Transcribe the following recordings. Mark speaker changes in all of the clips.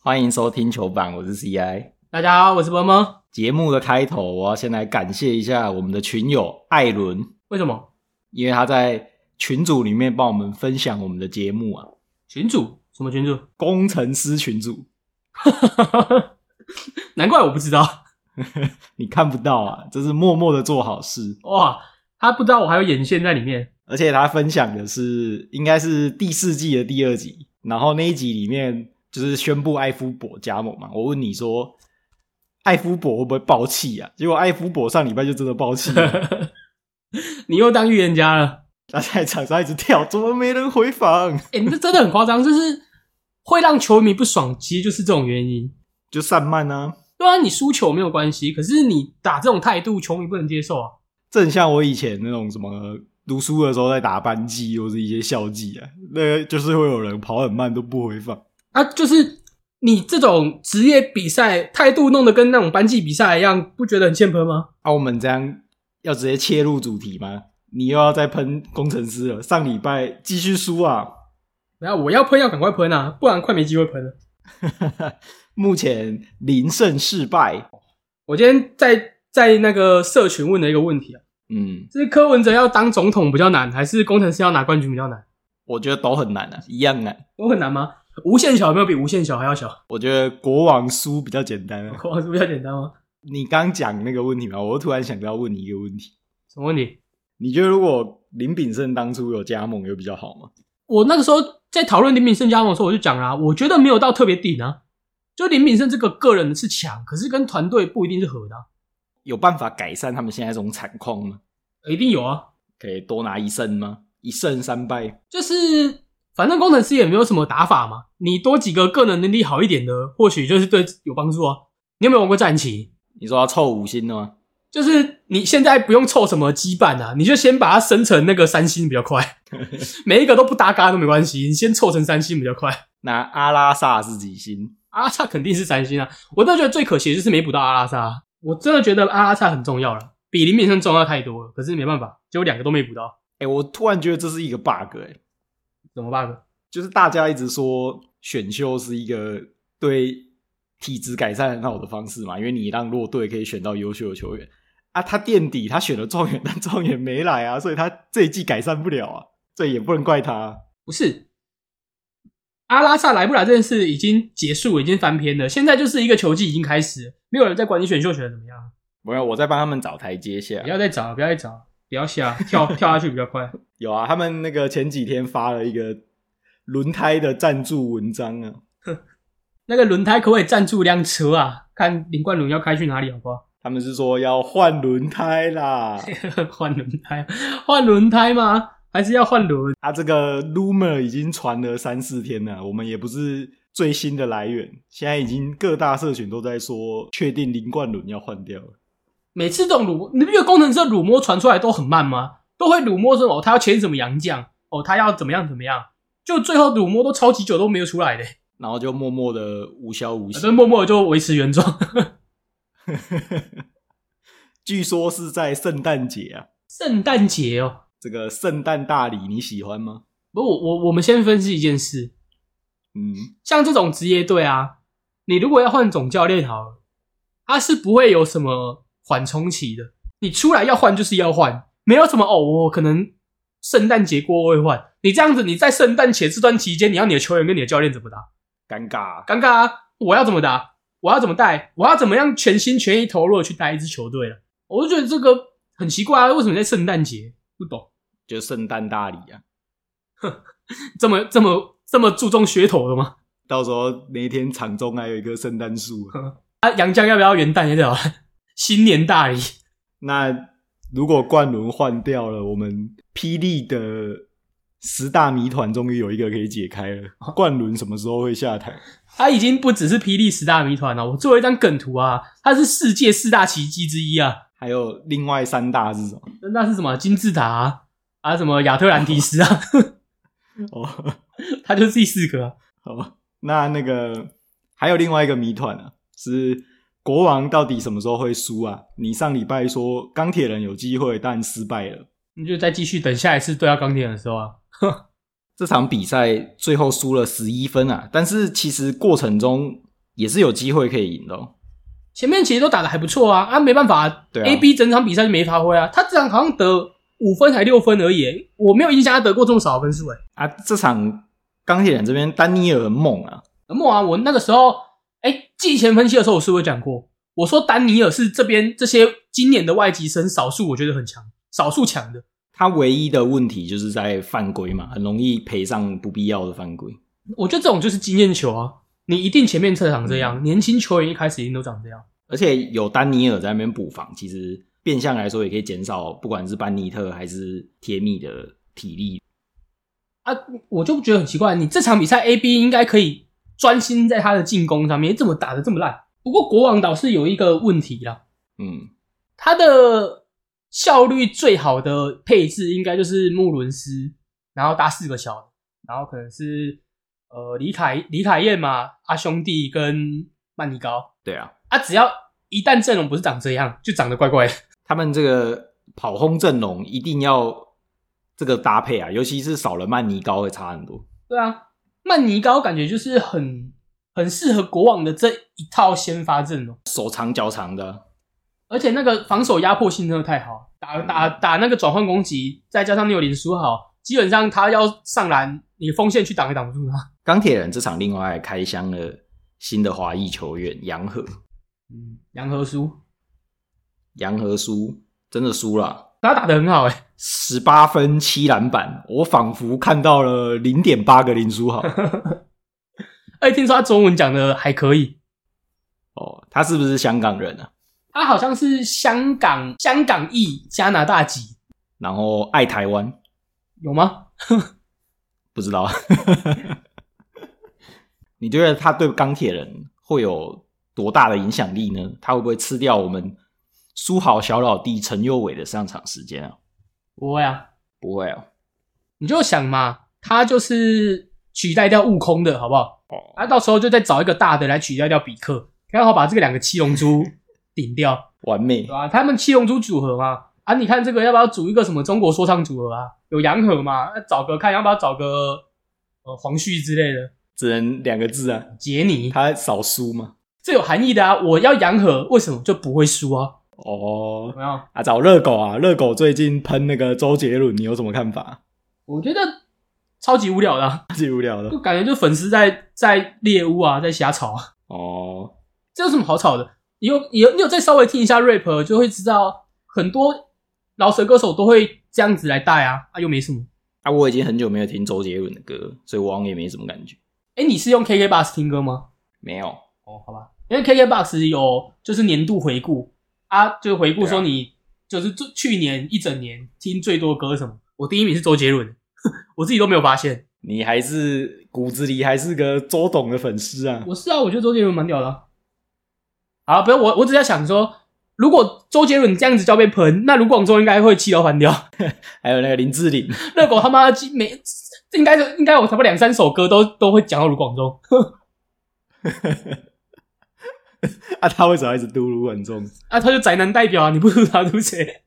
Speaker 1: 欢迎收听球版，我是 CI。
Speaker 2: 大家好，我是萌萌。
Speaker 1: 节目的开头，我要先来感谢一下我们的群友艾伦，
Speaker 2: 为什么
Speaker 1: 因为他在群组里面帮我们分享我们的节目啊，
Speaker 2: 群主？什么群主？
Speaker 1: 工程师群组，
Speaker 2: 难怪我不知道
Speaker 1: 你看不到啊，这是默默的做好事。
Speaker 2: 哇！他不知道我还有眼线在里面。
Speaker 1: 而且他分享的是应该是第四季的第二集，然后那一集里面就是宣布艾夫伯加盟嘛。我问你说，艾夫伯会不会爆气啊？结果艾夫伯上礼拜就真的爆气了，
Speaker 2: 你又当预言家了？
Speaker 1: 他在场上一直跳，怎么没人回防？
Speaker 2: 哎、你这真的很夸张，就是会让球迷不爽，其实就是这种原因。
Speaker 1: 就散漫啊，
Speaker 2: 对啊，你输球没有关系，可是你打这种态度，球迷不能接受啊。
Speaker 1: 正像我以前那种什么读书的时候在打班级或是一些校际啊，那个就是会有人跑很慢都不回放。
Speaker 2: 啊，就是你这种职业比赛态度弄得跟那种班级比赛一样，不觉得很欠喷吗？
Speaker 1: 啊，我们这样要直接切入主题吗？你又要再喷工程师了？上礼拜继续输啊！
Speaker 2: 然后我要喷要赶快喷啊，不然快没机会喷了。
Speaker 1: 目前零胜四败，
Speaker 2: 我今天在在那个社群问了一个问题啊，
Speaker 1: 嗯，
Speaker 2: 就是柯文哲要当总统比较难，还是工程师要拿冠军比较难？
Speaker 1: 我觉得都很难啊，一样难。
Speaker 2: 都很难吗？无限小有没有比无限小还要小？
Speaker 1: 我觉得国王输比较简单啊。
Speaker 2: 国王是比较简单吗？
Speaker 1: 你刚讲那个问题嘛，我又突然想到问你一个问题：
Speaker 2: 什么问题？
Speaker 1: 你觉得如果林炳胜当初有加盟，有比较好吗？
Speaker 2: 我那个时候在讨论林炳胜加盟的时候，我就讲啦、我觉得没有到特别顶啊。就林炳胜这个个人是强，可是跟团队不一定是合的啊、
Speaker 1: 有办法改善他们现在这种惨况吗？
Speaker 2: 一定有啊。
Speaker 1: 可以多拿一胜吗？一胜三败，
Speaker 2: 就是反正工程师也没有什么打法嘛，你多几个个人能力好一点的，或许就是对有帮助啊。你有没有玩过战棋？
Speaker 1: 你说要凑五星的吗？
Speaker 2: 就是你现在不用凑什么羁绊啊，你就先把它生成那个三星比较快，每一个都不搭嘎都没关系，你先凑成三星比较快。
Speaker 1: 那阿拉萨是几星？
Speaker 2: 阿拉萨肯定是三星啊，我都觉得最可惜的就是没补到阿拉萨，我真的觉得阿拉萨很重要了，比林炳生重要太多了。可是没办法，结果两个都没补到，
Speaker 1: 哎、我突然觉得这是一个 bug 哎、
Speaker 2: 怎么办呢？
Speaker 1: 就是大家一直说选秀是一个对体质改善很好的方式嘛，因为你让弱队可以选到优秀的球员啊。他垫底，他选了状元，但状元没来啊，所以他这一季改善不了啊。这也不能怪他啊、
Speaker 2: 不是，阿拉萨来不来这件事已经结束，已经翻篇了。现在就是一个球季已经开始了，没有人在管你选秀选的怎么样，
Speaker 1: 没有，我在帮他们找台阶下
Speaker 2: 不。要再找了，不要再找了，不要下，跳跳下去比较快。
Speaker 1: 有啊，他们那个前几天发了一个轮胎的赞助文章啊，
Speaker 2: 那个轮胎可不可以赞助辆车啊？看林冠伦要开去哪里好不好？
Speaker 1: 他们是说要换轮胎啦。
Speaker 2: 换轮胎，换轮胎吗？还是要换轮？
Speaker 1: 啊，这个 rumor 已经传了三四天了，我们也不是最新的来源，现在已经各大社群都在说，确定林冠伦要换掉了。
Speaker 2: 每次这种辱，你不觉得工程师的辱没传出来都很慢吗？都会辱没说哦，他要签什么洋将，哦，他要怎么样怎么样，就最后辱没都超级久都没有出来的，
Speaker 1: 然后就默默的无消无息
Speaker 2: 所以。默默地就维持原状。
Speaker 1: 据说是在圣诞节啊，
Speaker 2: 圣诞节哦，
Speaker 1: 这个圣诞大礼你喜欢吗？
Speaker 2: 不，我我我们先分析一件事，
Speaker 1: 嗯，
Speaker 2: 像这种职业队啊，你如果要换总教练好了，他是不会有什么缓冲期的。你出来要换就是要换，没有什么哦，我可能圣诞节过后会换。你这样子，你在圣诞节这段期间，你要你的球员跟你的教练怎么打？
Speaker 1: 尴尬啊、
Speaker 2: 尴尬啊！我要怎么打？我要怎么带？我要怎么样全心全意投入地去带一支球队了？我就觉得这个很奇怪啊，为什么在圣诞节？不懂，
Speaker 1: 就圣诞大礼啊，
Speaker 2: 这么这么这么注重噱头的吗？
Speaker 1: 到时候那一天场中还有一棵圣诞树啊、
Speaker 2: 啊，杨绛要不要元旦也得了？新年大礼，
Speaker 1: 那如果冠伦换掉了，我们霹雳的十大谜团终于有一个可以解开了。冠伦什么时候会下台？
Speaker 2: 它已经不只是霹雳十大谜团了。我做了一张梗图啊，它是世界四大奇迹之一啊。
Speaker 1: 还有另外三大是什么？
Speaker 2: 那是什么？金字塔啊，啊什么亚特兰提斯啊，
Speaker 1: 哦，
Speaker 2: 它就是第四个、啊。
Speaker 1: 好，那那个还有另外一个谜团啊，是国王到底什么时候会输啊？你上礼拜说钢铁人有机会，但失败了。
Speaker 2: 你就再继续等下一次对到钢铁人的时候啊。
Speaker 1: 这场比赛最后输了十一分啊，但是其实过程中也是有机会可以赢的哦、
Speaker 2: 前面其实都打的还不错啊，啊，没办法、
Speaker 1: 对啊
Speaker 2: a B 整场比赛就没发挥啊，他这场好像得五分还六分而已，我没有印象他得过这么少的分数哎、
Speaker 1: 啊，这场钢铁人这边丹尼尔很猛啊，
Speaker 2: 莫啊，我那个时候哎、季前分析的时候，我是不是有讲过？我说丹尼尔是这边这些今年的外籍生少数，我觉得很强，少数强的。
Speaker 1: 他唯一的问题就是在犯规嘛，很容易赔上不必要的犯规。
Speaker 2: 我觉得这种就是经验球啊，你一定前面测长这样，年轻球员一开始一定都长这样。
Speaker 1: 而且有丹尼尔在那边补防，其实变相来说也可以减少，不管是班尼特还是铁米的体力。
Speaker 2: 啊，我就觉得很奇怪，你这场比赛 A B 应该可以专心在他的进攻上面，怎么打的这么烂？不过国王倒是有一个问题啦，
Speaker 1: 嗯，
Speaker 2: 他的效率最好的配置应该就是穆伦斯，然后搭四个小的，然后可能是呃李凯李凯燕嘛，阿兄弟跟曼尼高
Speaker 1: 对啊，
Speaker 2: 啊，只要一旦阵容不是长这样，就长得怪怪的。
Speaker 1: 他们这个跑轰阵容一定要这个搭配啊，尤其是少了曼尼高会差很多。
Speaker 2: 对啊，曼尼高感觉就是很很适合国王的这一套先发阵容。
Speaker 1: 手长脚长的，嗯
Speaker 2: 而且那个防守压迫性真的太好，打打打那个转换攻击，再加上你有林书豪，基本上他要上篮，你锋线去挡也挡不住他。
Speaker 1: 钢铁人这场另外还开箱了新的华裔球员杨和，
Speaker 2: 嗯，杨和书
Speaker 1: 杨和输，真的输了。
Speaker 2: 他打得很好哎、
Speaker 1: 十八分七篮板，我仿佛看到了零点八个林书豪
Speaker 2: 而哎且听说他中文讲的还可以，
Speaker 1: 哦，他是不是香港人啊？
Speaker 2: 他好像是香港香港裔加拿大籍，
Speaker 1: 然后爱台湾，
Speaker 2: 有吗？
Speaker 1: 不知道。 你觉得他对钢铁人会有多大的影响力呢？他会不会吃掉我们苏豪小老弟陈佑伟的上场时间啊？
Speaker 2: 不会啊，
Speaker 1: 不会哦，
Speaker 2: 你就想嘛，他就是取代掉悟空的好不好？哦，啊，到时候就再找一个大的来取代掉比克，刚好把这个两个七龙珠顶掉。
Speaker 1: 完美
Speaker 2: 对。吧、他们七龙珠组合嘛，啊，你看这个要不要组一个什么中国说唱组合啊？有洋河嘛，那找个看要不要找个呃黄旭之类的，
Speaker 1: 只能两个字啊，
Speaker 2: 杰尼，
Speaker 1: 他少输吗？
Speaker 2: 这有含义的啊！我要洋河，为什么就不会输啊？有
Speaker 1: 哦，
Speaker 2: 没有？
Speaker 1: 啊，找热狗啊，热狗最近喷那个周杰伦，你有什么看法？
Speaker 2: 我觉得超级无聊的啊、
Speaker 1: 最无聊的
Speaker 2: 就感觉就粉丝在在猎物啊，在瞎吵啊，
Speaker 1: 哦，
Speaker 2: 这有什么好吵的？你有你有你有再稍微听一下 rap，就会知道很多饶舌歌手都会这样子来带啊，啊又没什么。
Speaker 1: 啊，我已经很久没有听周杰伦的歌了，所以我好像也没什么感觉。
Speaker 2: 哎，你是用 KK Bus 听歌吗？
Speaker 1: 没有，
Speaker 2: 哦，好吧，因为 KKBOX 有就是年度回顾啊，就回顾说你、就是最去年一整年听最多歌什么。我第一名是周杰伦， 我自己都没有发现。
Speaker 1: 你还是骨子里还是个周董的粉丝啊。
Speaker 2: 我是啊，我觉得周杰伦蛮屌的啊。好，不是我，我只是在想说，如果周杰伦这样子就要被喷，那卢广仲应该会气到翻掉。
Speaker 1: 还有那个林志玲，
Speaker 2: 热狗他妈的每应该是应该我差不多两三首歌都都会讲到卢广仲。
Speaker 1: 啊，他为什么一直嘟噜很重？
Speaker 2: 啊，他就宅男代表啊，你不如他读谁？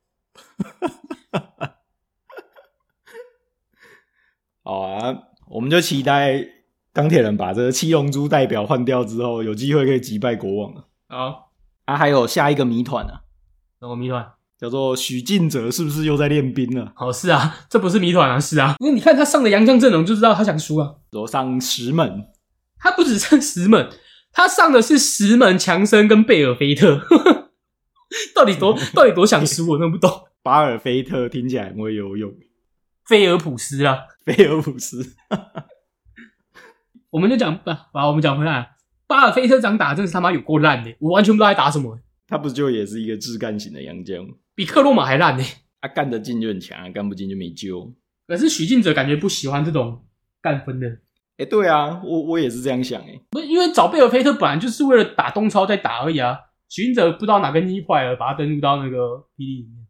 Speaker 1: 好啊，我们就期待钢铁人把这个七龙珠代表换掉之后，有机会可以击败国王啊。
Speaker 2: 好，
Speaker 1: 啊，还有下一个谜团啊，
Speaker 2: 那我迷团。
Speaker 1: 叫做许晋哲是不是又在练兵了？
Speaker 2: 哦，是啊，这不是谜团啊，是啊，因为你看他上的洋将阵容就知道他想输啊。
Speaker 1: 罗上石门，
Speaker 2: 他不止上石门，他上的是石门、强森跟贝尔菲特， 到底多到底多想输，我弄不懂。
Speaker 1: 巴尔菲特听起来很会游泳，
Speaker 2: 菲尔普斯啊，
Speaker 1: 菲尔普斯。
Speaker 2: 我们就讲吧，把我们讲回来，啊巴尔菲特长打得真是他妈有够烂的，我完全不知道他打什么，
Speaker 1: 他不就也是一个质干型的洋将吗？
Speaker 2: 比克洛马还烂呢。
Speaker 1: 他、啊、干得进就很强，啊干不进就没救。
Speaker 2: 可是许晋哲感觉不喜欢这种干分的，
Speaker 1: 哎、对啊，我我也是这样想哎、
Speaker 2: 不是因为找贝尔菲特本来就是为了打东超在打而已啊。许晋哲不知道哪根筋坏了，把他登录到那个霹雳里面，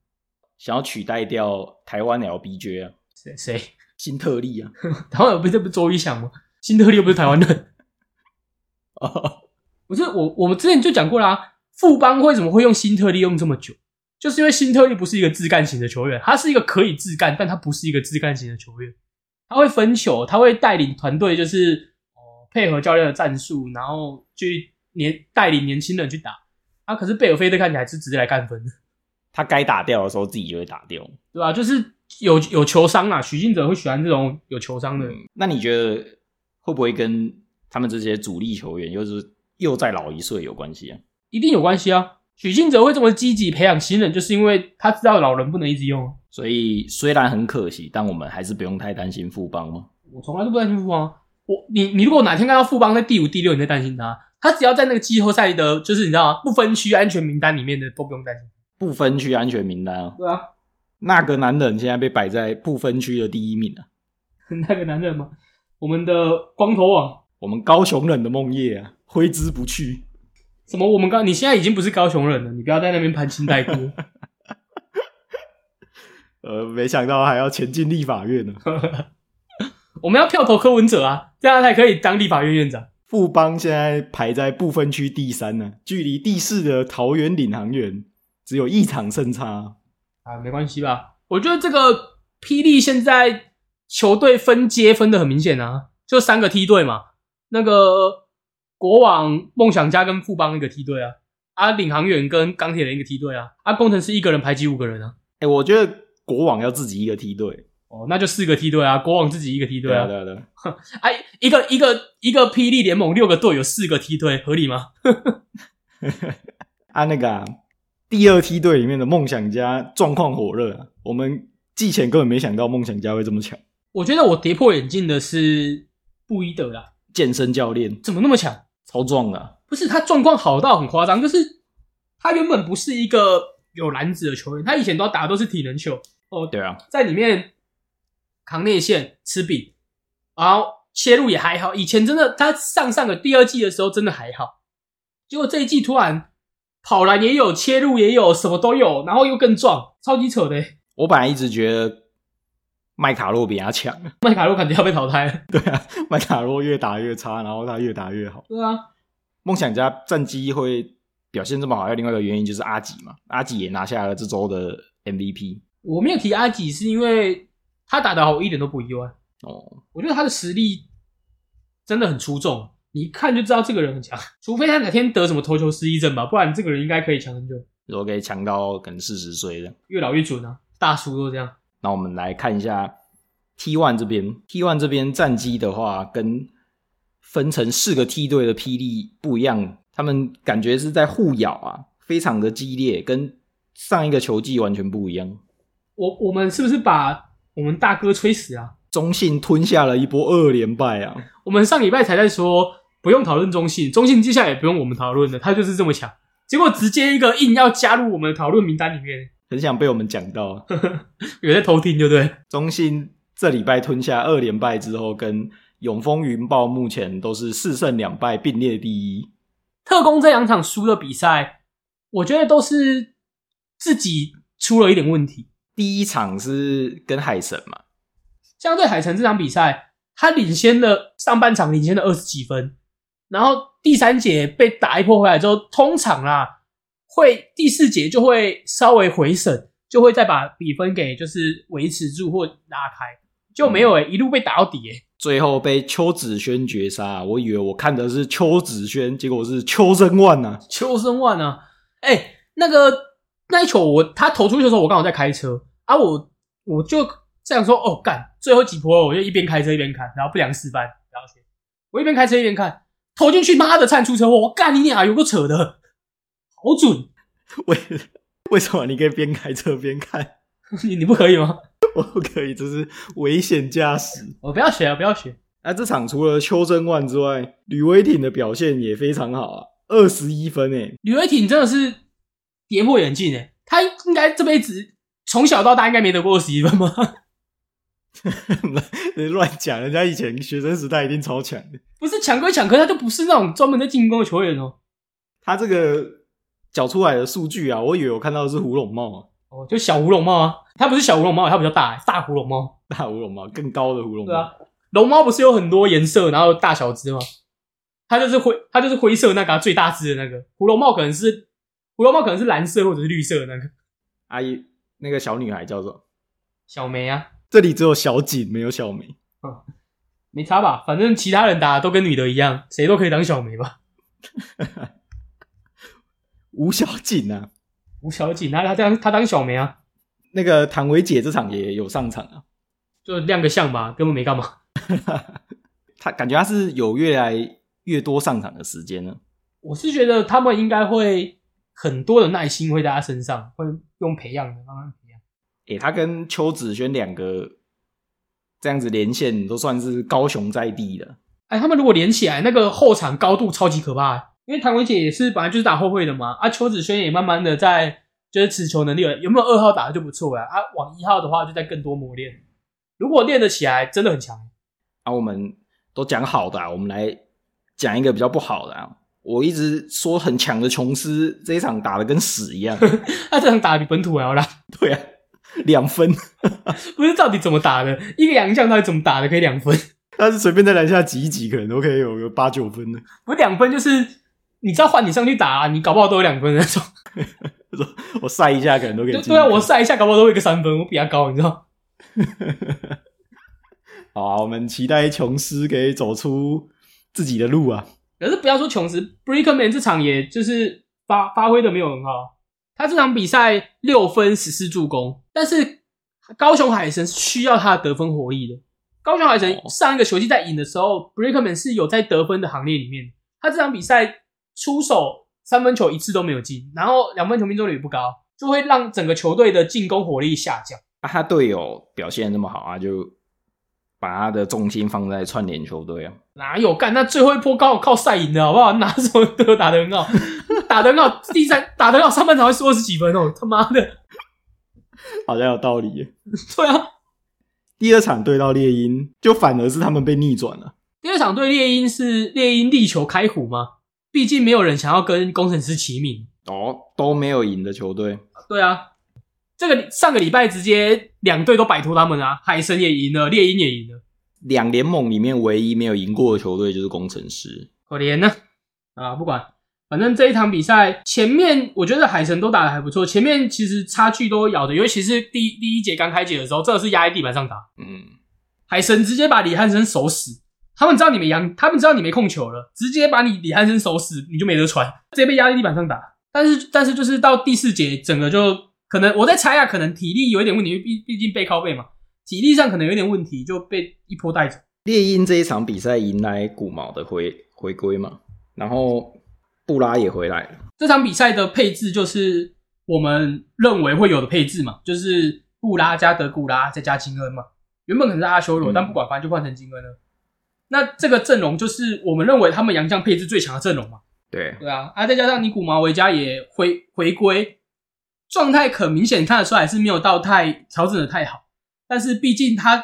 Speaker 1: 想要取代掉台湾 LBJ 啊，
Speaker 2: 谁谁？
Speaker 1: 新特利啊。
Speaker 2: 台湾有不是这不是周一翔吗？新特利又不是台湾人。不是我，我们之前就讲过啦、富邦为什么会用新特利用这么久？就是因为新特利不是一个自干型的球员，他是一个可以自干，但他不是一个自干型的球员。他会分球，他会带领团队，就是哦配合教练的战术，然后去年带领年轻人去打啊。可是贝尔菲特看起来是直接来干分的，
Speaker 1: 他该打掉的时候自己就会打掉。
Speaker 2: 对吧、就是有有球商啊，许晋哲会喜欢这种有球商的人。
Speaker 1: 嗯，那你觉得会不会跟他们这些主力球员，又是又再老一岁有关系啊？
Speaker 2: 一定有关系啊。许晋哲会这么积极培养新人，就是因为他知道老人不能一直用啊。
Speaker 1: 所以虽然很可惜，但我们还是不用太担心富邦吗？
Speaker 2: 我从来都不担心富邦啊。我你你如果哪天看到富邦在第五、第六，你在担心他，他只要在那个季后赛的，就是你知道吗？不分区安全名单里面的都不用担心。
Speaker 1: 不分区安全名单啊，
Speaker 2: 对啊，
Speaker 1: 那个男人现在被摆在不分区的第一名啊，
Speaker 2: 那个男人嘛，我们的光头王
Speaker 1: 我们高雄人的梦夜啊，挥之不去。
Speaker 2: 什么？我们刚你现在已经不是高雄人了，你不要在那边攀亲带故。
Speaker 1: 呃，没想到还要前进立法院呢、
Speaker 2: 我们要票投柯文哲啊，这样他才可以当立法院院长。
Speaker 1: 富邦现在排在不分区第三呢、距离第四的桃园领航员只有一场胜差。
Speaker 2: 啊，没关系吧？我觉得这个霹雳现在球队分阶分的很明显啊，就三个梯队嘛，那个国王、梦想家跟富邦一个梯队啊，啊，领航员跟钢铁人一个梯队啊，啊，工程师一个人排挤五个人啊，
Speaker 1: 哎、我觉得国网要自己一个梯队。
Speaker 2: 哦，那就四个梯队啊，国王自己一个梯队啊，
Speaker 1: 对啊，对啊。
Speaker 2: 哎、一个一个一个霹雳联盟六个队有四个梯队，合理吗？
Speaker 1: 啊，那个、啊、第二梯队里面的梦想家状况火热、啊，我们季前根本没想到梦想家会这么强。
Speaker 2: 我觉得我跌破眼镜的是布伊德啦，
Speaker 1: 健身教练
Speaker 2: 怎么那么强？
Speaker 1: 超壮的啊、
Speaker 2: 不是他状况好到很夸张，就是他原本不是一个有篮子的球员，他以前都打的都是体能球，
Speaker 1: 对啊，
Speaker 2: 在里面扛内线吃饼，然后切入也还好。以前真的他上上个第二季的时候真的还好，结果这一季突然跑篮也有，切入也有，什么都有，然后又更壮，超级扯的欸。
Speaker 1: 我本来一直觉得麦卡洛比他强，
Speaker 2: 麦卡洛感觉要被淘汰了，
Speaker 1: 麦卡洛越打越差，然后他越打越好。
Speaker 2: 对啊，
Speaker 1: 梦想家战绩会表现这么好，还有另外一个原因就是阿吉嘛，阿吉也拿下了这周的 MVP
Speaker 2: 我没有提阿吉是因为他打得好，我一点都不意外。
Speaker 1: 哦，
Speaker 2: 我觉得他的实力真的很出众，你一看就知道这个人很强。 除非他哪天得什么投球失忆症吧，不然这个人应该可以强很久，
Speaker 1: 如果可以强到可能四十岁的。
Speaker 2: 越老越准啊。大叔都这样，
Speaker 1: 那我们来看一下 T One 这边，T One 这边战绩的话，跟分成四个梯队的霹雳不一样，他们感觉是在互咬啊，非常的激烈，跟上一个球季完全不一样。
Speaker 2: 我我们是不是把我们大哥吹死啊？
Speaker 1: 中信吞下了一波二连败啊，
Speaker 2: 我们上礼拜才在说不用讨论中信，中信接下来也不用我们讨论了，他就是这么强。结果直接一个硬要加入我们的讨论名单里面，
Speaker 1: 很想被我们讲到啊。
Speaker 2: 有在偷听，对不对？
Speaker 1: 中信这礼拜吞下二连败之后，跟永丰云豹目前都是四胜两败，并列第一。
Speaker 2: 特工这两场输的比赛，我觉得都是自己出了一点问题。
Speaker 1: 第一场是跟海神嘛，
Speaker 2: 相对海城这场比赛，他领先了上半场领先了二十几分，然后第三节被打一波回来之后，通常啦会第四节就会稍微回审，就会再把比分给就是维持住或拉开，就没有诶、欸一路被打到底诶、
Speaker 1: 最后被邱子轩绝杀。啊我以为我看的是邱子轩，结果是邱生万呐、啊。
Speaker 2: 邱生万啊，哎、那个那一球我他投出去的时候，我刚好在开车啊我，我就这样说哦，干最后几波，我就一边开车一边看，然后不良示范，然后学我一边开车一边看，投进去，妈的，差点出车祸，我干你俩有个扯的，好准，
Speaker 1: 为为什么你可以边开车边看？
Speaker 2: 你你不可以吗？
Speaker 1: 我不可以，这是危险驾驶。
Speaker 2: 我不要学啊，不要学，
Speaker 1: 那这场除了邱生万之外，吕伟挺的表现也非常好啊，二十一分欸诶、
Speaker 2: 吕伟挺真的是跌破眼镜诶、欸他应该这辈子从小到大应该没得过十一分吧？
Speaker 1: 你乱讲，人家以前学生时代一定超强的。
Speaker 2: 不是抢归抢，可是他就不是那种专门在进攻的球员哦。
Speaker 1: 他这个缴出来的数据啊，我以为我看到的是胡龙茂、啊，
Speaker 2: 哦，就小胡龙猫啊，它不是小胡龙猫，它比较大、欸大胡龙猫。
Speaker 1: 大 胡龙茂更高的胡龙
Speaker 2: 对
Speaker 1: 茂
Speaker 2: 啊。，龙猫不是有很多颜色，然后大小只吗？它就是灰，它就是灰色那个啊、最大只的那个。胡龙猫可能是胡龙猫可能是蓝色或者是绿色的那个
Speaker 1: 阿姨，那个小女孩叫什么？啊
Speaker 2: 小梅啊，
Speaker 1: 这里只有小景，没有小梅。
Speaker 2: 没差吧？反正其他人打的都跟女的一样，谁都可以当小梅吧？
Speaker 1: 吴小锦啊，
Speaker 2: 吴小锦，他他当他当小梅啊，
Speaker 1: 那个谭维姐这场也有上场啊，
Speaker 2: 就亮个相吧，根本没干嘛。
Speaker 1: 他感觉他是有越来越多上场的时间了。
Speaker 2: 我是觉得他们应该会很多的耐心会在他身上，会用培养的慢慢培养。
Speaker 1: 诶、他跟邱子轩两个这样子连线，都算是高雄在地的。
Speaker 2: 哎，他们如果连起来，那个后场高度超级可怕的、欸因为唐文姐也是本来就是打后卫的嘛，啊，邱子轩也慢慢的在就是持球能力有有没有二号打的就不错了，啊，往一号的话就在更多磨练。如果练得起来，真的很强。欸
Speaker 1: 啊，我们都讲好的、啊，我们来讲一个比较不好的、啊。我一直说很强的琼斯这一场打的跟屎一样，
Speaker 2: 他啊这场打得比本土还要烂，
Speaker 1: 对啊，两分，
Speaker 2: 不是到底怎么打的？一个洋将到底怎么打的可以两分？
Speaker 1: 他是随便在篮下挤一挤，可能都可以有个八九分的。
Speaker 2: 不是两分就是你知道换你上去打、啊你搞不好都有两分的那种。
Speaker 1: 我晒一下，可能都可以
Speaker 2: 对
Speaker 1: 进一个。
Speaker 2: 对啊，我晒一下，搞不好都会一个三分，我比他高，你知道？
Speaker 1: 好啊、我们期待琼斯可以走出自己的路啊。
Speaker 2: 可是不要说琼斯，Brickman 这场也就是发发挥的没有很好。他这场比赛六分十四助攻，但是高雄海神是需要他的得分火力的。高雄海神上一个球季在赢的时候、b r i c k m a n 是有在得分的行列里面。他这场比赛出手三分球一次都没有进，然后两分球命中率也不高，就会让整个球队的进攻火力下降。
Speaker 1: 啊，他队友表现得那么好啊，就把他的重心放在串联球队啊。
Speaker 2: 哪有干？那最后一波刚好靠赛赢的好不好？ 拿什么队友打得很好？打得很好，第三打得很好，上半场还输二十几分哦！他妈的，
Speaker 1: 好像有道理耶。
Speaker 2: 对啊。
Speaker 1: 第二场对到猎鹰，就反而是他们被逆转了。
Speaker 2: 第二场对猎鹰是猎鹰力求开虎吗？毕竟没有人想要跟工程师齐名。
Speaker 1: 哦，都没有赢的球队，
Speaker 2: 对啊，这个上个礼拜直接两队都摆脱他们啊，海神也赢了，猎鹰也赢了，
Speaker 1: 两联盟里面唯一没有赢过的球队就是工程师。
Speaker 2: 可怜呢、啊。不管，反正这一场比赛前面我觉得海神都打得还不错，前面其实差距都咬的，尤其是第第一节刚开节的时候，真的是压在地板上打。
Speaker 1: 嗯，
Speaker 2: 海神直接把李汉生守死。他们知道你没杨，他们知道你没控球了，直接把你李汉生守死，你就没得传，直接被压在地板上打。但是但是就是到第四节，整个就可能我在猜啊，可能体力有一点问题，因为毕毕竟背靠背嘛，体力上可能有点问题，就被一波带走。
Speaker 1: 猎鹰这一场比赛迎来古毛的回回归嘛，然后布拉也回来了。
Speaker 2: 这场比赛的配置就是我们认为会有的配置嘛，就是布拉加德古拉再加金恩嘛。原本可能是阿修罗，
Speaker 1: 嗯
Speaker 2: 但不管，反正就换成金恩了。那这个阵容就是我们认为他们洋将配置最强的阵容嘛。
Speaker 1: 对，
Speaker 2: 对啊，啊，再加上尼古毛维加也回回归，状态很明显看得出来是没有到太调整的太好，但是毕竟他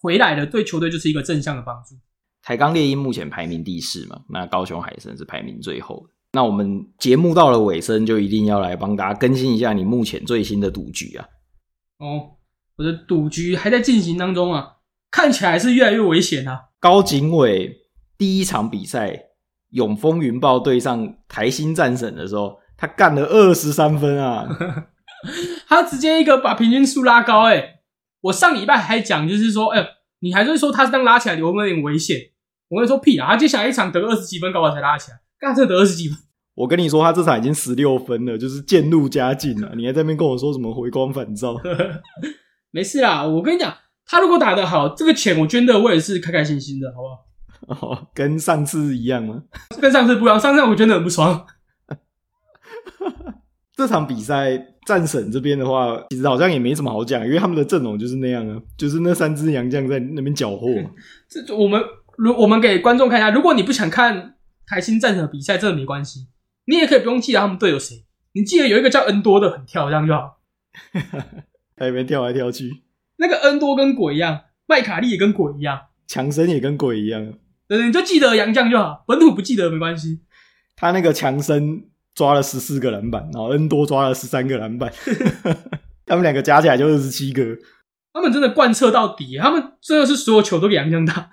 Speaker 2: 回来了，对球队就是一个正向的帮助。
Speaker 1: 台钢猎鹰目前排名第四嘛，那高雄海神是排名最后的。那我们节目到了尾声，就一定要来帮大家更新一下你目前最新的赌局啊！
Speaker 2: 哦，我的赌局还在进行当中啊，看起来是越来越危险啊。
Speaker 1: 高景伟第一场比赛永丰云豹对上台新战神的时候，他干了二十三分啊！
Speaker 2: 他直接一个把平均数拉高、欸，哎，我上礼拜还讲，就是说，哎、你还是说他这样拉起来有没有点危险？我跟你说屁啊，他接下来一场得二十几分，搞不好才拉起来，干这得二十几分。
Speaker 1: 我跟你说，他这场已经十六分了，就是渐入佳境了。你还在那边跟我说什么回光返照？
Speaker 2: 没事啦，我跟你讲，他如果打得好，这个钱我捐的我也是开开心心的，好不好？
Speaker 1: 哦，跟上次一样吗？
Speaker 2: 跟上次不一样，上次我捐的很不爽。
Speaker 1: 这场比赛战神这边的话，其实好像也没什么好讲，因为他们的阵容就是那样啊，就是那三只洋将在那边搅和。
Speaker 2: 这这我们如我们给观众看一下，如果你不想看台新战神的比赛，真的没关系，你也可以不用记得他们队友谁，你记得有一个叫恩多的很跳，这样就好。
Speaker 1: 在那边跳来跳去，
Speaker 2: 那个恩多跟鬼一样，麦卡利也跟鬼一样，
Speaker 1: 强森也跟鬼一样，
Speaker 2: 对对，你就记得杨绛就好，本土不记得没关系。
Speaker 1: 他那个强森抓了十四个篮板，然后恩多抓了十三个篮板，他们两个加起来就二十七个。
Speaker 2: 他们真的贯彻到底，他们真的是所有球都给杨绛打。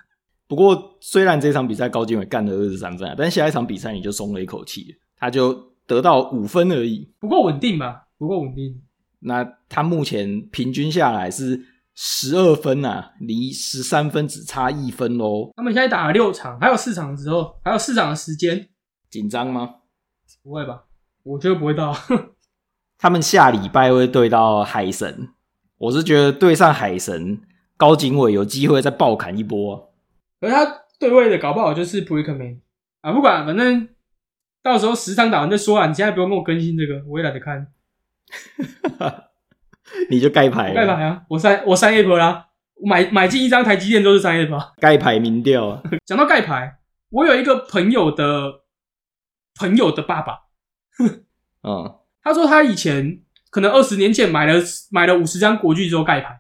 Speaker 1: 不过虽然这场比赛高进伟干了二十三分啊，但下一场比赛你就松了一口气，他就得到五分而已。
Speaker 2: 不够稳定吧？不够稳定。
Speaker 1: 那他目前平均下来是十二分啊，离十三分只差一分喽。
Speaker 2: 他们现在打了六场，还有四场之后，还有四场的时间。
Speaker 1: 紧张吗？
Speaker 2: 不会吧？我觉得不会到。
Speaker 1: 他们下礼拜会对到海神，我是觉得对上海神，高景伟有机会再爆砍一波。
Speaker 2: 而他对位的搞不好就是 p r i c k m a n 啊，不管，反正到时候十场打完再说啊。你现在不用跟我更新这个，我也懒得看。
Speaker 1: 你就盖牌了，
Speaker 2: 我干嘛啊呀？我删我删 app 啦，我买买进一张台积电都是删 app 啊。
Speaker 1: 盖牌民调啊，
Speaker 2: 讲到盖牌，我有一个朋友的朋友的爸爸，
Speaker 1: 嗯，
Speaker 2: 他说他以前可能二十年前买了买了五十张国剧之后 盖牌，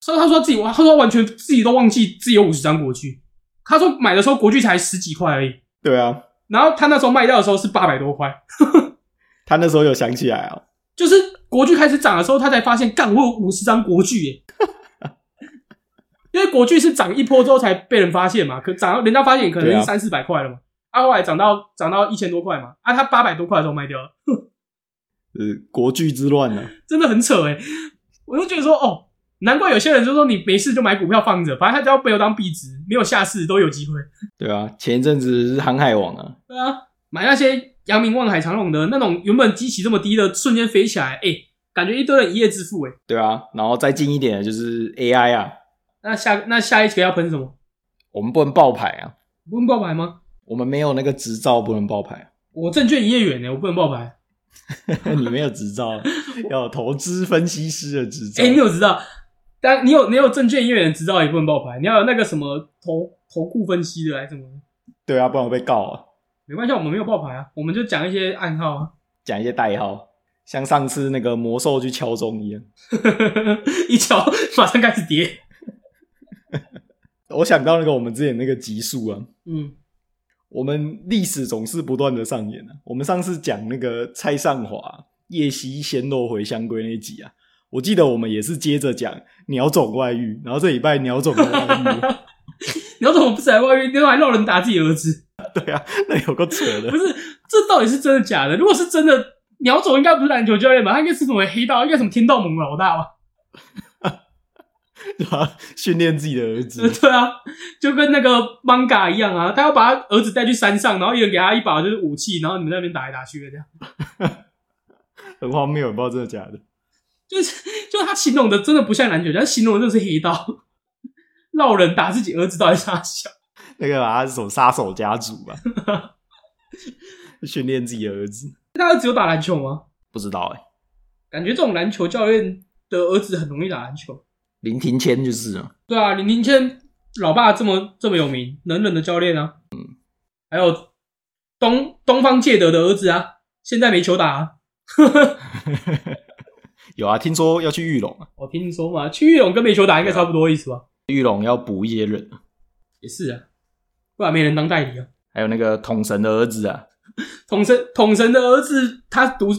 Speaker 2: 所以他说自己他说他完全自己都忘记自己有五十张国剧，他说买的时候国剧才十几块而已，
Speaker 1: 对啊，
Speaker 2: 然后他那时候卖掉的时候是八百多块，
Speaker 1: 他那时候有想起来哦，
Speaker 2: 就是国剧开始涨的时候，他才发现干我有五十张国 剧耶。因为国剧是涨一波之后才被人发现嘛，可涨到人家发现可能
Speaker 1: 对啊
Speaker 2: 是三四百块了嘛，啊后来涨到涨到一千多块嘛，啊他八百多块的时候卖掉了，
Speaker 1: 呃，国剧之乱呢、啊，
Speaker 2: 真的很扯哎，我就觉得说哦，难怪有些人就说你没事就买股票放着，反正他只要没有当币值，没有下市都有机会。
Speaker 1: 对啊，前一阵子是航海王啊，
Speaker 2: 对啊，买那些阳明、望海、长隆的那种原本基期这么低的，瞬间飞起来，哎、感觉一堆人一夜致富哎。
Speaker 1: 对啊，然后再近一点的就是 AI 啊，
Speaker 2: 那下那下一个要喷什么？
Speaker 1: 我们不能爆牌啊，
Speaker 2: 不能爆牌吗？
Speaker 1: 我们没有那个执照，不能爆牌，啊
Speaker 2: 我证券营业员呢、欸我不能爆牌。
Speaker 1: 你没有执照，要有投资分析师的执照，
Speaker 2: 哎、你有执照，但你有你有证券营业员的执照也不能爆牌，你要有那个什么投投顾分析的还是什么的？
Speaker 1: 对啊，不然我被告啊。
Speaker 2: 没关系，我们没有爆牌啊，我们就讲一些暗号啊，
Speaker 1: 讲一些代号，像上次那个魔兽去敲钟一样。
Speaker 2: 一敲马上开始跌。
Speaker 1: 我想到那个我们之前那个集数啊，
Speaker 2: 嗯，
Speaker 1: 我们历史总是不断的上演啊。我们上次讲那个蔡尚华夜袭鲜肉回香龟那一集啊，我记得我们也是接着讲鸟种外遇，然后这礼拜鸟种的外遇，
Speaker 2: 你要怎么不在外面，你怎么还让人打自己儿子？
Speaker 1: 那有个扯的
Speaker 2: 不，是，这到底是真的假的？如果是真的，鸟总应该不是篮球教练吧？他应该是什么黑道，应该什么天道盟老大吧？
Speaker 1: 对吧？训练自己的儿子，
Speaker 2: 对啊，就跟那个 manga 一样啊，他要把他儿子带去山上，然后一人给他一把就是武器，然后你们在那边打来打去的这样。
Speaker 1: 很荒谬，不知道真的假的。
Speaker 2: 就是就是他形容的真的不像篮球，他形容的就是黑道，闹人打自己儿子到底啥小？
Speaker 1: 那个啊，是什么杀手家族吧？训练自己的儿子，
Speaker 2: 他儿子有打篮球吗？
Speaker 1: 不知道哎、
Speaker 2: 感觉这种篮球教练的儿子很容易打篮球。
Speaker 1: 林庭谦就是啊。
Speaker 2: 对啊，林林谦老爸这么这么有名，能忍的教练啊，嗯，还有东东方介德的儿子啊，现在没球打、啊。
Speaker 1: 有啊，听说要去玉龙啊，
Speaker 2: 我听你说嘛，去玉龙跟没球打应该差不多意思吧？
Speaker 1: 玉龙要补一些人，
Speaker 2: 啊也是啊，不然没人当代理啊。
Speaker 1: 还有那个统神的儿子啊，
Speaker 2: 统神统神的儿子他独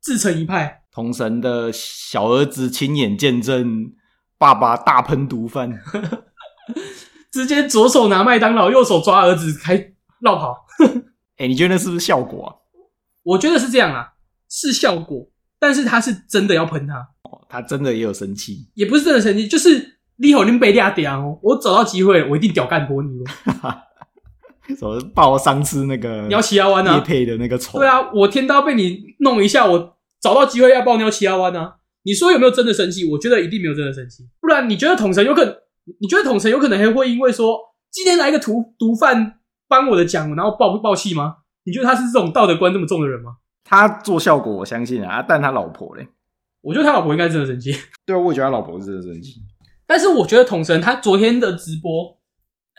Speaker 2: 自成一派，
Speaker 1: 统神的小儿子亲眼见证爸爸大喷毒贩，
Speaker 2: 直接左手拿麦当劳，右手抓儿子开绕跑。
Speaker 1: 哎、你觉得那是不是效果啊？
Speaker 2: 我觉得是这样啊，是效果，但是他是真的要喷他，
Speaker 1: 哦他真的也有生气，
Speaker 2: 也不是真的生气，就是你好，你被俩屌哦，我找到机会，我一定屌干过你哦，
Speaker 1: 什么报上次那个
Speaker 2: 你要骑阿湾
Speaker 1: 叶
Speaker 2: 啊？
Speaker 1: 配的那个仇，
Speaker 2: 对，啊，我天刀被你弄一下，我找到机会要爆尿骑阿湾啊！你说有没有真的生气？我觉得一定没有真的生气，不然你觉得统神有可能？你觉得统神有可能还会因为说今天来一个毒毒贩帮我的奖，然后爆不爆气吗？你觉得他是这种道德观这么重的人吗？
Speaker 1: 他做效果我相信啊，啊但他老婆嘞，
Speaker 2: 我觉得他老婆应该真的生气，
Speaker 1: 对啊，我也觉得他老婆是真的生气，
Speaker 2: 但是我觉得统神他昨天的直播，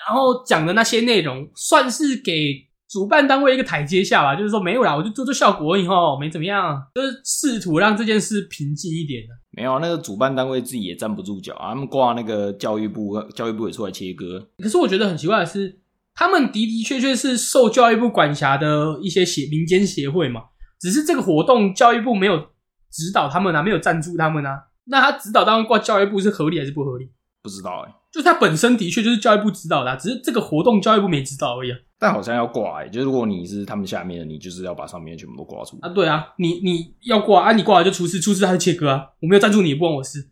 Speaker 2: 然后讲的那些内容，算是给主办单位一个台阶下吧，就是说没有啦，我就做做效果以后没怎么样，就是试图让这件事平静一点的。
Speaker 1: 没有啊，那个主办单位自己也站不住脚啊，他们挂那个教育部，教育部也出来切割，
Speaker 2: 可是我觉得很奇怪的是，他们的的确确是受教育部管辖的一些协民间协会嘛，只是这个活动教育部没有指导他们啊，没有赞助他们啊，那他指导单位挂教育部是合理还是不合理？
Speaker 1: 不知道哎、
Speaker 2: 就是他本身的确就是教育部指导的啊、只是这个活动教育部没指导而已啊。
Speaker 1: 但好像要挂、欸，就是如果你是他们下面的，你就是要把上面的全部都挂出来。
Speaker 2: 啊，对啊，你你要挂啊，你挂了就出事，出事他就切割啊。我没有赞助你，不关我事。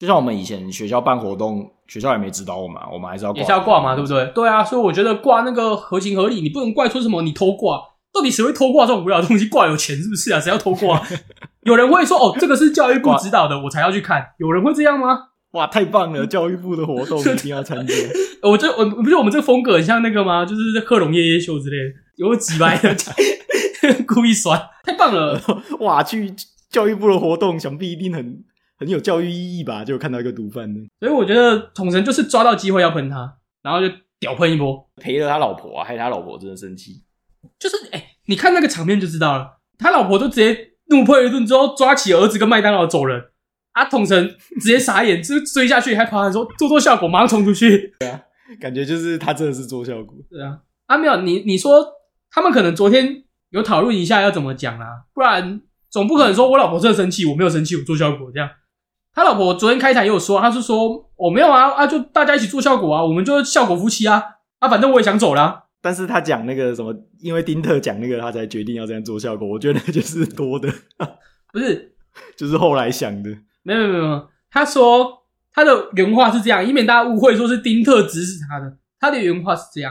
Speaker 1: 就像我们以前学校办活动，学校也没指导我们、啊，我们还是要挂
Speaker 2: 也是要挂嘛，对不对？对啊，所以我觉得挂那个合情合理，你不能怪说什么你偷挂，到底谁会偷挂这种无聊的东西？挂有钱是不是啊？谁要偷挂？ 有人会说哦，这个是教育部
Speaker 1: 挂
Speaker 2: 指导的，我才要去看。有人会这样吗？
Speaker 1: 哇，太棒了！教育部的活 动一定要参加。
Speaker 2: 呃我这我不是我们这个风格很像那个吗？就是贺龙夜夜秀之类的，有几百的 故意酸，太棒了。
Speaker 1: 哇，去教育部的活动，想必一定很很有教育意义吧？就看到一个毒贩呢，
Speaker 2: 所以我觉得统神就是抓到机会要喷他，然后就屌喷一波。
Speaker 1: 陪了他老婆啊，害他老婆真的生气。
Speaker 2: 就是哎、你看那个场面就知道了，他老婆就直接怒喷一顿之后，抓起儿子跟麦当劳走人。啊，统神直接傻眼，就追下去，还跑喊说做做效果，马上冲出去。
Speaker 1: 感觉就是他真的是做效果，
Speaker 2: 对啊，啊没有你你说他们可能昨天有讨论一下要怎么讲啦、不然总不可能说我老婆真的生气，我没有生气，我做效果这样。他老婆昨天开台也有说，他是说我、没有啊啊，就大家一起做效果啊，我们就效果夫妻啊啊，反正我也想走啦、
Speaker 1: 但是他讲那个什么，因为丁特讲那个，他才决定要这样做效果。我觉得就是多的，
Speaker 2: 不是
Speaker 1: 就是后来想的。
Speaker 2: 没有没有没有，他说他的原话是这样，以免大家误会说是丁特指使他的。他的原话是这样：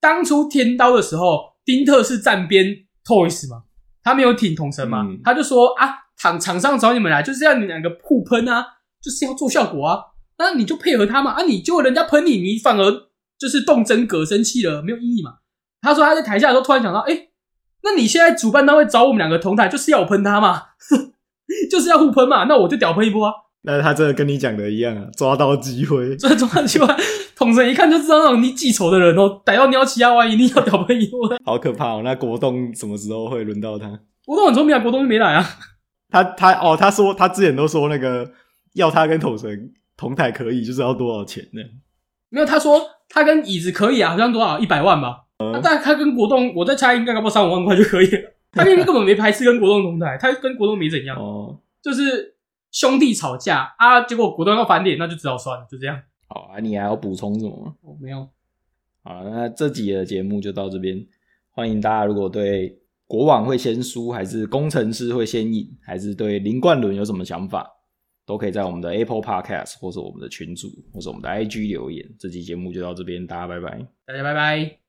Speaker 2: 当初天刀的时候，丁特是站边 Toys 嘛，他没有挺统神嘛，
Speaker 1: 嗯
Speaker 2: 他就说啊，场场上找你们来就是要你们两个互喷啊，就是要做效果啊，那你就配合他嘛，啊，你结果人家喷你，你反而就是动真格生气了，没有意义嘛。他说他在台下的时候突然想到，哎、那你现在主办单位找我们两个同台，就是要我喷他嘛， 就是要互喷嘛，那我就屌喷一波啊。
Speaker 1: 那他真的跟你讲的一样啊，抓到机会。
Speaker 2: 所以中央集团统神一看就知道那种你记仇的人哦，逮到鸟起亚湾一定要屌喷一波的。
Speaker 1: 好可怕哦！那国栋什么时候会轮到他？
Speaker 2: 国栋很聪明啊，国栋就没来啊。
Speaker 1: 他他哦，他说他之前都说那个要他跟统神同台可以，就是要多少钱呢？
Speaker 2: 没有，他说他跟椅子可以啊，好像多少一百万吧。啊但他跟国栋，我在猜应该搞不好三五万块就可以了。他明明根本没排斥跟国栋同台，他跟国栋没怎样，
Speaker 1: 哦，
Speaker 2: 就是兄弟吵架啊，结果国栋要翻脸，那就只好算了，就这样。
Speaker 1: 好啊，你还要补充什么吗？
Speaker 2: 哦，没有，
Speaker 1: 好，啊那这集的节目就到这边。欢迎大家，如果对国网会先输，还是工程师会先赢，还是对林冠伦有什么想法，都可以在我们的 Apple Podcast 或是我们的群组，或是我们的 IG 留言。这期节目就到这边，大家拜拜。
Speaker 2: 大家拜拜。